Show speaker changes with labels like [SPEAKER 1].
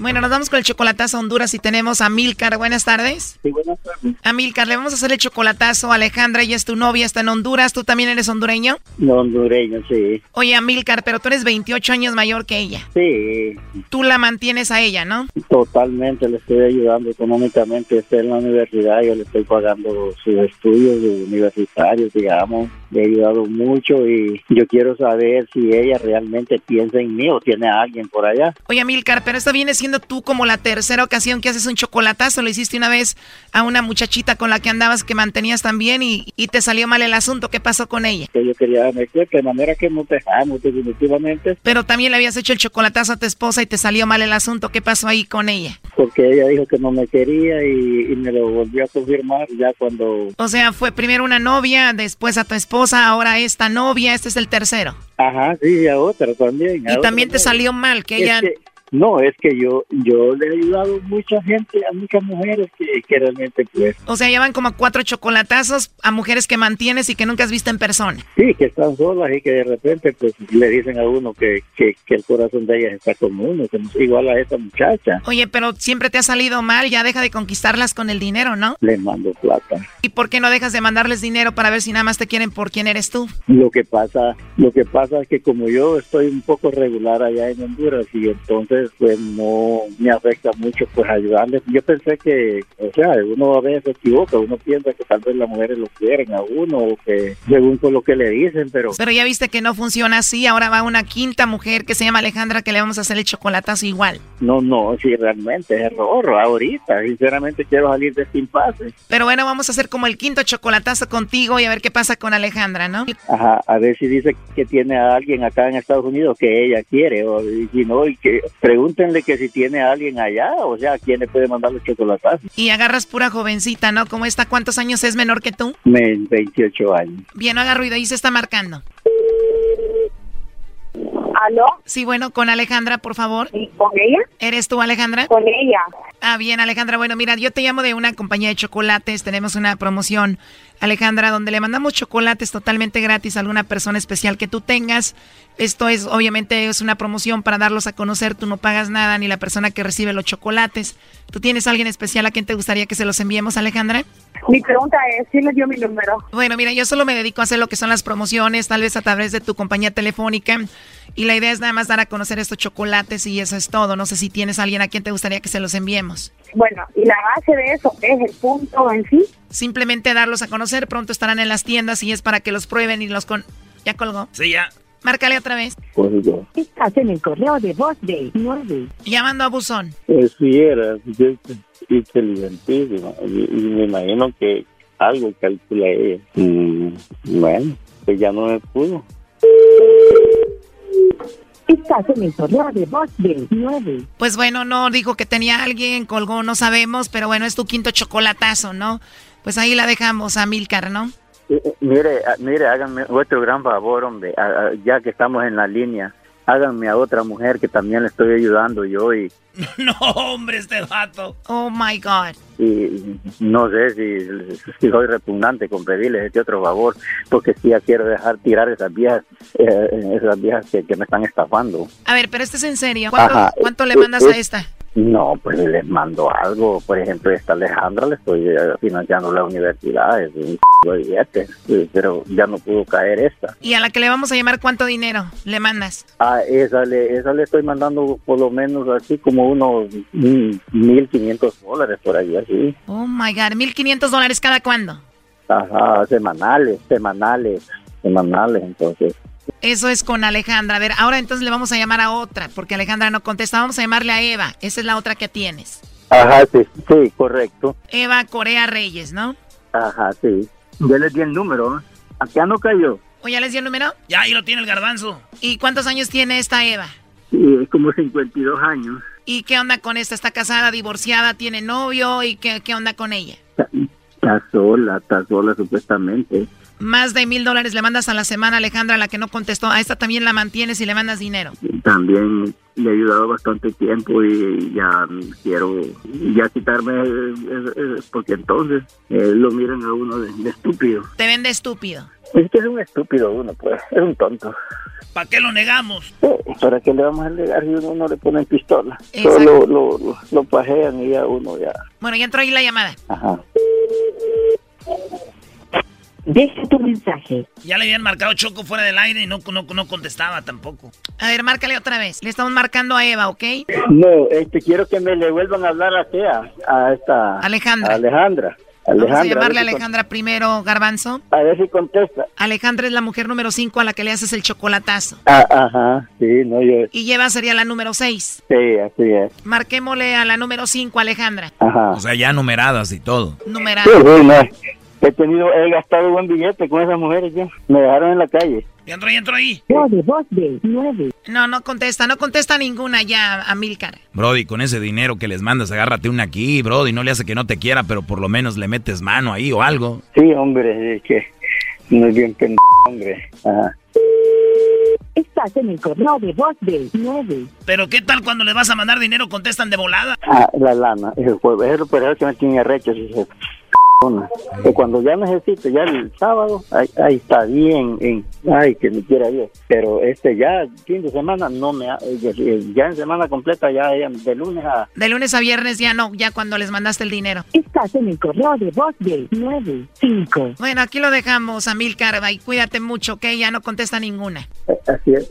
[SPEAKER 1] Bueno, nos vamos con el chocolatazo a Honduras y tenemos a Milcar. Buenas tardes.
[SPEAKER 2] Sí, buenas tardes.
[SPEAKER 1] A Milcar, le vamos a hacer el chocolatazo a Alejandra. Ella es tu novia, está en Honduras. ¿Tú también eres hondureño?
[SPEAKER 2] No, hondureño, sí.
[SPEAKER 1] Oye, Milcar, pero tú eres 28 años mayor que ella.
[SPEAKER 2] Sí,
[SPEAKER 1] Tú la mantienes a ella, ¿no?
[SPEAKER 2] totalmente le estoy ayudando económicamente. Está en la universidad, yo le estoy pagando sus estudios universitarios, digamos. Le he ayudado mucho y yo quiero saber si ella realmente piensa en mí o tiene a alguien por allá.
[SPEAKER 1] Oye, Milcar, pero esta viene siendo tú como la tercera ocasión que haces un chocolatazo. Lo hiciste una vez a una muchachita con la que andabas que mantenías también y, y te salió mal el asunto. ¿Qué pasó con ella?
[SPEAKER 2] Que yo quería darme cuenta de manera que nos dejamos definitivamente
[SPEAKER 1] Pero también le habías hecho el chocolatazo a tu esposa y te salió mal el asunto. ¿Qué pasó ahí con ella?
[SPEAKER 2] porque ella dijo que no me quería y, y me lo volvió a confirmar ya cuando...
[SPEAKER 1] O sea, fue primero una novia, después a tu esposa, ahora esta novia, este es el tercero.
[SPEAKER 2] Ajá, sí, y a otra también. a
[SPEAKER 1] Y
[SPEAKER 2] otra
[SPEAKER 1] también te
[SPEAKER 2] novia.
[SPEAKER 1] salió mal que
[SPEAKER 2] Es
[SPEAKER 1] ella...
[SPEAKER 2] que- no, es que yo yo le he ayudado a mucha gente, a muchas mujeres que, que realmente pues
[SPEAKER 1] O sea, llevan como cuatro chocolatazos a mujeres que mantienes y que nunca has visto en persona.
[SPEAKER 2] sí, que están solas y que de repente pues le dicen a uno que, que, que el corazón de ellas está con uno, que no- igual a esa muchacha.
[SPEAKER 1] Oye, pero siempre te ha salido mal, ya deja de conquistarlas con el dinero, ¿no?
[SPEAKER 2] Le mando plata.
[SPEAKER 1] ¿Y por qué no dejas de mandarles dinero para ver si nada más te quieren por quién eres tú?
[SPEAKER 2] Lo que pasa, lo que pasa es que como yo estoy un poco regular allá en Honduras y entonces pues no me afecta mucho pues ayudarles. Yo pensé que, o sea, uno a veces se equivoca, uno piensa que tal vez las mujeres lo quieren a uno o que según por lo que le dicen, pero
[SPEAKER 1] Pero ya viste que no funciona así, ahora va una quinta mujer que se llama Alejandra que le vamos a hacer el chocolatazo igual.
[SPEAKER 2] No, no, sí, realmente es error ahorita. Sinceramente quiero salir de este impasse.
[SPEAKER 1] Pero bueno, vamos a hacer como el quinto chocolatazo contigo y a ver qué pasa con Alejandra, ¿no?
[SPEAKER 2] Ajá, a ver si dice que tiene a alguien acá en Estados Unidos que ella quiere, o y si no, y que pregúntenle que si tiene a alguien allá, o sea, ¿quién le puede mandar los chocolatazos?
[SPEAKER 1] Y agarras pura jovencita, ¿no? Como esta, ¿cuántos años es menor que tú?
[SPEAKER 2] Me, 28 años.
[SPEAKER 1] Bien, no haga ruido, ahí se está marcando.
[SPEAKER 3] ¿Aló?
[SPEAKER 1] Sí, bueno, con Alejandra, por favor.
[SPEAKER 3] ¿Y con ella?
[SPEAKER 1] ¿Eres tú, Alejandra?
[SPEAKER 3] Con ella.
[SPEAKER 1] Ah, bien, Alejandra. Bueno, mira, yo te llamo de una compañía de chocolates. Tenemos una promoción, Alejandra, donde le mandamos chocolates totalmente gratis a alguna persona especial que tú tengas. Esto es, obviamente, es una promoción para darlos a conocer. Tú no pagas nada ni la persona que recibe los chocolates. ¿Tú tienes a alguien especial a quien te gustaría que se los enviemos, Alejandra?
[SPEAKER 3] Mi pregunta es, ¿quién le dio mi número?
[SPEAKER 1] Bueno, mira, yo solo me dedico a hacer lo que son las promociones, tal vez a través de tu compañía telefónica. Y la idea es nada más dar a conocer estos chocolates y eso es todo. No sé si tienes a alguien a quien te gustaría que se los enviemos.
[SPEAKER 3] Bueno, y la base de eso es el punto en sí.
[SPEAKER 1] simplemente darlos a conocer. Pronto estarán en las tiendas y es para que los prueben y los con. Ya colgó.
[SPEAKER 4] Sí, ya.
[SPEAKER 1] Márcale otra vez.
[SPEAKER 2] Pues yo,
[SPEAKER 5] Estás en el correo de voz de 9.
[SPEAKER 1] Llamando a Buzón.
[SPEAKER 2] eh, sí, era yo- inteligentísimo. Y, y me imagino que algo calcula ella. Mm, bueno, pues ya no me pudo.
[SPEAKER 5] Estás en el correo de voz de 9.
[SPEAKER 1] Pues bueno, no dijo que tenía alguien, colgó, no sabemos, pero bueno, es tu quinto chocolatazo, ¿no? Pues ahí la dejamos a Milcar, ¿no?
[SPEAKER 2] Eh, eh, Mire, ah, mire, háganme otro gran favor, hombre, ah, ah, ya que estamos en la línea, háganme a otra mujer que también le estoy ayudando yo y,
[SPEAKER 4] No, hombre, este vato.
[SPEAKER 1] Oh my God.
[SPEAKER 2] y no sé si, si soy repugnante con pedirles este otro favor, porque sí ya quiero dejar tirar esas viejas, eh, esas viejas que, que me están estafando.
[SPEAKER 1] A ver, pero este es en serio. ¿Cuánto,
[SPEAKER 2] Ajá.
[SPEAKER 1] cuánto le mandas a esta?
[SPEAKER 2] No, pues les mando algo, por ejemplo, esta Alejandra le estoy eh, financiando la universidad, es un de billetes, eh, pero ya no pudo caer esta.
[SPEAKER 1] Y a la que le vamos a llamar, ¿cuánto dinero le mandas?
[SPEAKER 2] Ah, esa le, esa le estoy mandando por lo menos así como unos mm, 1.500 dólares por ahí, así.
[SPEAKER 1] Oh my God. ¿1.500 dólares cada cuándo?
[SPEAKER 2] Ajá, semanales, semanales, semanales, entonces.
[SPEAKER 1] Eso es con Alejandra. A ver, ahora entonces le vamos a llamar a otra, porque Alejandra no contesta. Vamos a llamarle a Eva. Esa es la otra que tienes.
[SPEAKER 2] Ajá, sí, sí, correcto.
[SPEAKER 1] Eva Corea Reyes, ¿no?
[SPEAKER 2] Ajá, sí. Yo les di el número, ¿no? Acá no cayó.
[SPEAKER 1] ¿O ya les dio el número?
[SPEAKER 4] Ya, ahí lo tiene el garbanzo.
[SPEAKER 1] ¿Y cuántos años tiene esta Eva?
[SPEAKER 2] Sí, es como 52 años.
[SPEAKER 1] ¿Y qué onda con esta? ¿Está casada, divorciada, tiene novio? ¿Y qué, qué onda con ella?
[SPEAKER 2] Está, está sola, está sola supuestamente.
[SPEAKER 1] Más de mil dólares le mandas a la semana, Alejandra, a la que no contestó. A esta también la mantienes y le mandas dinero.
[SPEAKER 2] También le he ayudado bastante tiempo y ya quiero ya quitarme eh, eh, porque entonces eh, lo miran a uno de, de estúpido.
[SPEAKER 1] Te vende estúpido.
[SPEAKER 2] Es que es un estúpido uno, pues, es un tonto.
[SPEAKER 4] ¿Para qué lo negamos?
[SPEAKER 2] Eh, ¿Para qué le vamos a negar si uno no le ponen pistola?
[SPEAKER 1] Exacto.
[SPEAKER 2] Solo lo, lo, lo pajean y ya uno ya.
[SPEAKER 1] Bueno, ya entró ahí la llamada.
[SPEAKER 2] Ajá.
[SPEAKER 5] Deja tu mensaje.
[SPEAKER 4] Ya le habían marcado Choco fuera del aire y no, no, no contestaba tampoco.
[SPEAKER 1] A ver, márcale otra vez. Le estamos marcando a Eva, ¿ok?
[SPEAKER 2] No, este, quiero que me le vuelvan a hablar a Kea, a esta.
[SPEAKER 1] Alejandra.
[SPEAKER 2] a Alejandra.
[SPEAKER 1] Vamos
[SPEAKER 2] Alejandra,
[SPEAKER 1] a llamarle a
[SPEAKER 2] ver si con-
[SPEAKER 1] Alejandra primero, Garbanzo.
[SPEAKER 2] A ver si contesta.
[SPEAKER 1] Alejandra es la mujer número 5 a la que le haces el chocolatazo.
[SPEAKER 2] Ah, ajá, sí, no, yo.
[SPEAKER 1] Y Eva sería la número 6.
[SPEAKER 2] Sí, así es.
[SPEAKER 1] Marquémosle a la número 5, Alejandra.
[SPEAKER 2] Ajá.
[SPEAKER 4] sea, ya numeradas y todo.
[SPEAKER 2] Sí,
[SPEAKER 1] Numerada.
[SPEAKER 2] sí, no. He tenido, he gastado buen billete con esas mujeres ya. Me dejaron en la calle.
[SPEAKER 4] Ya entró, ya entró ahí.
[SPEAKER 5] Nueve, Bosque, nueve.
[SPEAKER 1] No, no contesta, no contesta ninguna ya, Amílcar.
[SPEAKER 6] Brody, con ese dinero que les mandas, agárrate una aquí, Brody. No le hace que no te quiera, pero por lo menos le metes mano ahí o algo.
[SPEAKER 2] Sí, hombre, es que no es bien pendejo, hombre. Ajá.
[SPEAKER 5] Estás en el correo de Bosque, nueve.
[SPEAKER 4] Pero ¿qué tal cuando les vas a mandar dinero contestan de volada?
[SPEAKER 2] Ah, la lana, el jueves, es lo peor que me tiene arrecho, ese hijo de c***ona. Que cuando ya necesito, ya el sábado, ahí, ahí está bien, en, ay, que me quiera Dios. Pero este ya, fin de semana, no me, ha- eh, eh, ya en semana completa, ya eh, de lunes a,
[SPEAKER 1] De lunes a viernes ya no, ya cuando les mandaste el dinero.
[SPEAKER 5] Estás en el correo de Bosque, nueve, cinco.
[SPEAKER 1] Bueno, aquí lo dejamos, Amílcar. Bye, cuídate mucho, ¿ok? Ya no contesta ninguna.
[SPEAKER 2] eh, así es.